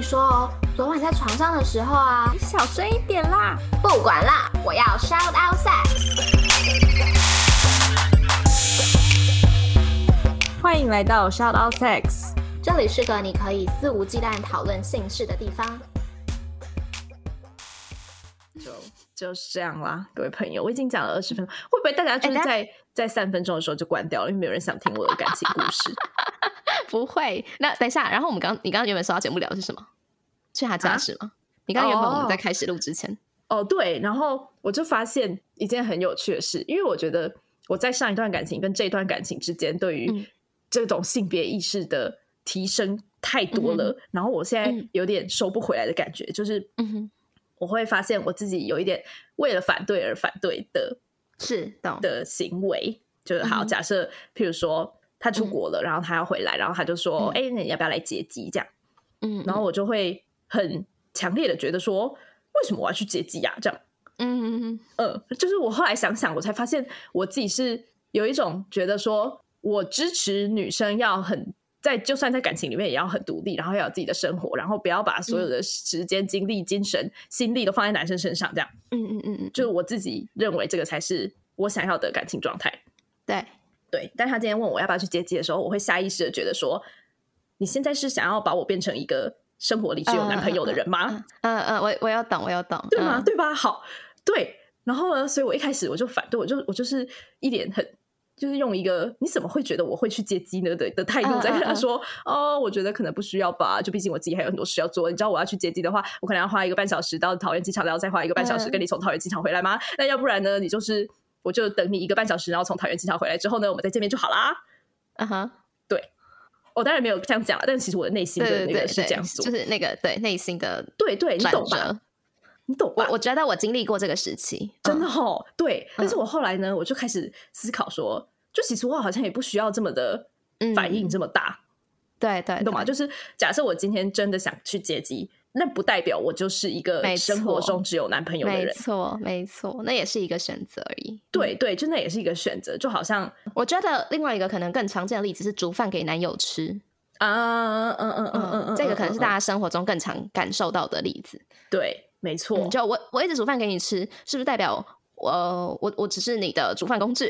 说哦，昨晚在床上的时候啊，小声一点啦！不管啦，我要 shout out sex。欢迎来到 Shout Out Sex，这里是个你可以肆无忌惮讨论性事的地方。就就是这样啦，各位朋友，我已经讲了二十分钟，会不会大家就是哎大在、在三分钟的时候就关掉了，因为没有人想听我的感情故事不会。那等一下，然后我们刚你刚刚原本说要节目聊的是什么？去他啊家是吗？你刚刚原本我哦们在开始录之前，哦？对，然后我就发现一件很有趣的事，因为我觉得我在上一段感情跟这一段感情之间，对于嗯这种性别意识的提升太多了，然后我现在嗯有点收不回来的感觉，就是嗯哼，我会发现我自己有一点为了反对而反对的是懂，的行为，就是好，嗯假设譬如说他出国了，然后他要回来，然后他就说：“嗯哎、那你要不要来接机？”这样，嗯，然后我就会很强烈的觉得说：“为什么我要去接机啊呀、这样，嗯嗯嗯嗯，就是我后来想想，我才发现我自己是有一种觉得说，我支持女生要很。在就算在感情里面也要很独立，然后要有自己的生活，然后不要把所有嗯的时间、精力、精神、心力都放在男生身上，这样嗯嗯嗯嗯，就是我自己认为这个才是我想要的感情状态。对，对，但他今天问我要不要去接机的时候，我会下意识的觉得说，你现在是想要把我变成一个生活里只有男朋友的人吗？嗯嗯嗯，我我要懂，我要懂，对吗？嗯？对吧？好，对。然后呢，所以我一开始我就反对，我就我就是一脸很。就是用一个你怎么会觉得我会去接机呢的的态度嗯在跟他嗯嗯说哦，我觉得可能不需要吧，就毕竟我自己还有很多事要做。你知道我要去接机的话，我可能要花一个半小时到桃园机场，然后再花一个半小时嗯跟你从桃园机场回来吗？那要不然呢，你就是我就等你一个半小时，然后从桃园机场回来之后呢，我们再见面就好啦。嗯哼，我当然没有这样讲了，但其实我的内心对的对那对个是对，这样做就。是那个对内心的对对，你转懂吧？折。你懂吧我？我觉得我经历过这个时期，真的嗯哦，对。但是我后来呢，我就开始思考说，就其实我好像也不需要这么的反应嗯这么大，对对，你懂吗？对就是假设我今天真的想去接机，那不代表我就是一个没生活错中只有男朋友的没人。错没错，那也是一个选择而已。对对，就那也是一个选择，就好像我觉得另外一个可能更常见的例子是煮饭给男友吃，啊，嗯嗯嗯嗯嗯嗯，这个可能是大嗯家生活中更常感受到的例子。对，没错嗯，，就我我一直煮饭给你吃，是不是代表我我我只是你的煮饭工具？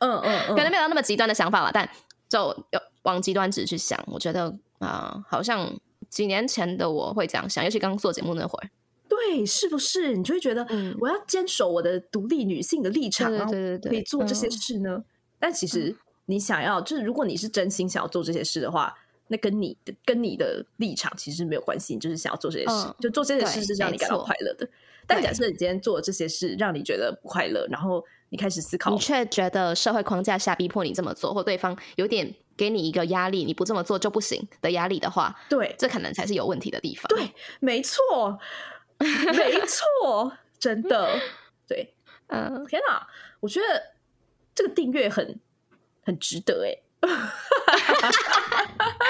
嗯嗯嗯，可能没有到那么极端的想法吧，但就有往极端值去想，我觉得啊、呃好像几年前的我会这样想，尤其刚做节目那会儿，对，是不是？你就会觉得，嗯我要坚守我的独立女性的立场，对然后对对可以对做这些嗯事呢？但其实你想要，就是如果你是真心想要做这些事的话，那跟你的跟你的立场其实没有关系，你就是想要做这些事，嗯就做这些事对是让没你感到错快乐的。但对假设你今天做的这些事让你觉得不快乐，然后你开始思考你，却觉得社会框架下逼迫你这么做，或对方有点给你一个压力，你不这么做就不行的压力的话，对，这可能才是有问题的地方。对没错，没错，真的，对，嗯、天哪，我觉得这个订阅很很值得哎、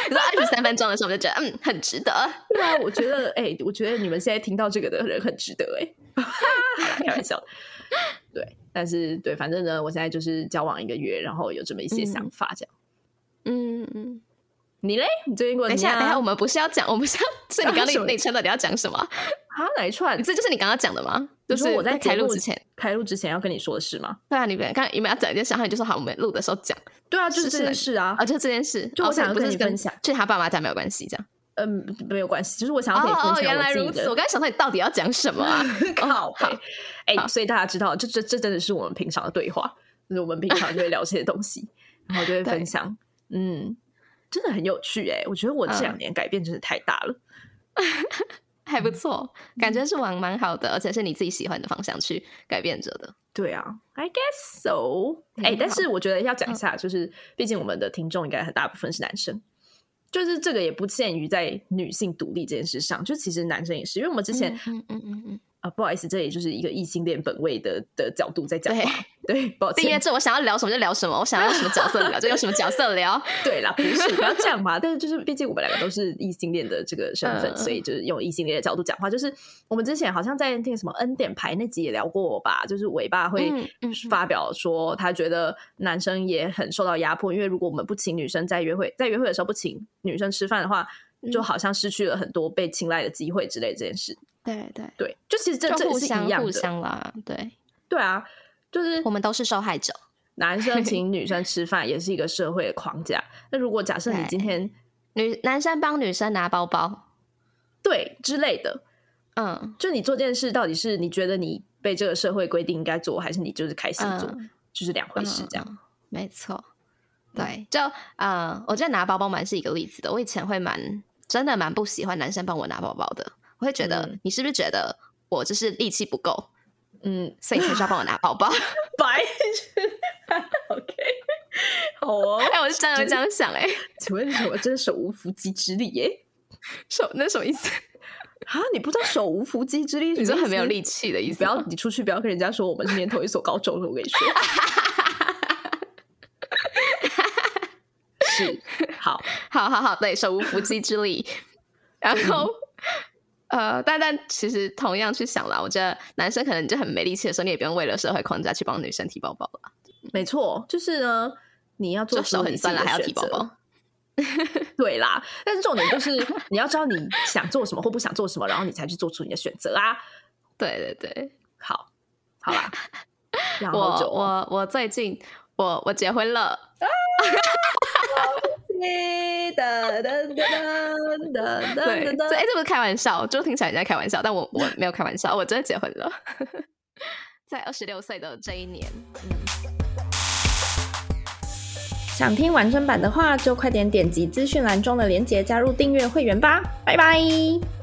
你说二十三分钟的时候，我就觉得嗯，很值得。 对啊，我觉得，哎、我觉得你们现在听到这个的人很值得、哎， 好啦开玩笑的。对，但是对，反正呢，我现在就是交往一个月，然后有这么一些想法，这样。嗯，嗯你嘞？你最近过等得一怎么下，样等一啊下，我们不是要讲，我们是要，所以你刚刚什么那那一串到底要讲什么？啊，哪一串你？这就是你刚刚讲的吗？就你是说我开节录目之前，，开录之前要跟你说的事吗？对啊，你们刚刚有没有要讲一件事，然后你就说好，我们录的时候讲对啊，就是是这件的事啊啊，。就这件事，就我哦所以想要不跟是你分享去他爸妈家没有关系，这样。嗯，没有关系，就是我想要跟你哦分哦，享原来我如自己此，的我。刚才想说你到底要讲什么啊？ 靠背，哎、好所以大家知道，这这这真的是我们平常的对话，就是我们平常就会聊这些东西，然后就会分对享，嗯，真的很有趣哎、我觉得我这两嗯年改变真的太大了，还不错，感觉是往蛮好的，而且是你自己喜欢的方向去改变着的。对啊，I guess so，哎、嗯但是我觉得要讲一下，就是毕竟我们的听众应该很大部分是男生。就是这个也不限于在女性独立这件事上，就其实男生也是，因为我们之前嗯嗯嗯嗯，啊，不好意思，这里就是一个异性恋本位的的角度在讲对话， 对，抱歉，订阅制，我想要聊什么就聊什么，我想要什么角色聊就用什么角色聊。 对啦，不是不要这样嘛。但是就是，毕竟我们两个都是异性恋的这个身份，嗯所以就是用异性恋的角度讲话。就是我们之前好像在那个什么恩典牌那集也聊过吧，就是尾巴会嗯嗯嗯发表说他觉得男生也很受到压迫，因为如果我们不请女生在约会，在约会的时候不请女生吃饭的话，嗯就好像失去了很多被青睐的机会之类这件事。 对对，对，就其实这就这互是相一样互的，相啦，对，对啊， 就是我们都是受害者。男生请女生吃饭也是一个社会的框架。那如果假设你今天女男生帮女生拿包包，对之类的，嗯就你做这件事到底是你觉得你被这个社会规定应该做，还是你就是开心做，嗯，就是两回事。这样，嗯，嗯没错。对，就呃，我觉得拿包包蛮是一个例子的。我以前会蛮真的蛮不喜欢男生帮我拿包包的，我会觉得、嗯你是不是觉得我就是力气不够，嗯，所以你才需要帮我拿包 包？白痴，OK，好哦。哎、我是真的会这样想、哎，请问什么？真是手无缚鸡之力耶！手那什么意思？啊，你不知道手无缚鸡之力， 你说很没有哦力气。气的意你 思？不要，你出去不要跟人家说我们是念同一所高中的，我跟你说。是，好，好好好，对手无缚鸡之力。 嗯然后， 呃，但但其实同样去想啦，我觉得男生可能就很没力气的时候，你也不用为了社会框架去帮女生提包包了，没错，就是呢，你要做就出手你很自己酸了的还要选提包择包。对啦，但是重点就是你要知道你想做什么或不想做什么，然后你才去做出你的选择啊。对对对，好，好啦，然我后就我我最近我我结婚了，对，这哎、这不是开玩笑，就听起来人家开玩笑，但我我没有开玩笑，我真的结婚了， 在二十六岁的这一年，想听完整版的话，就快点点击资讯栏中的链接加入订阅会员吧，拜拜。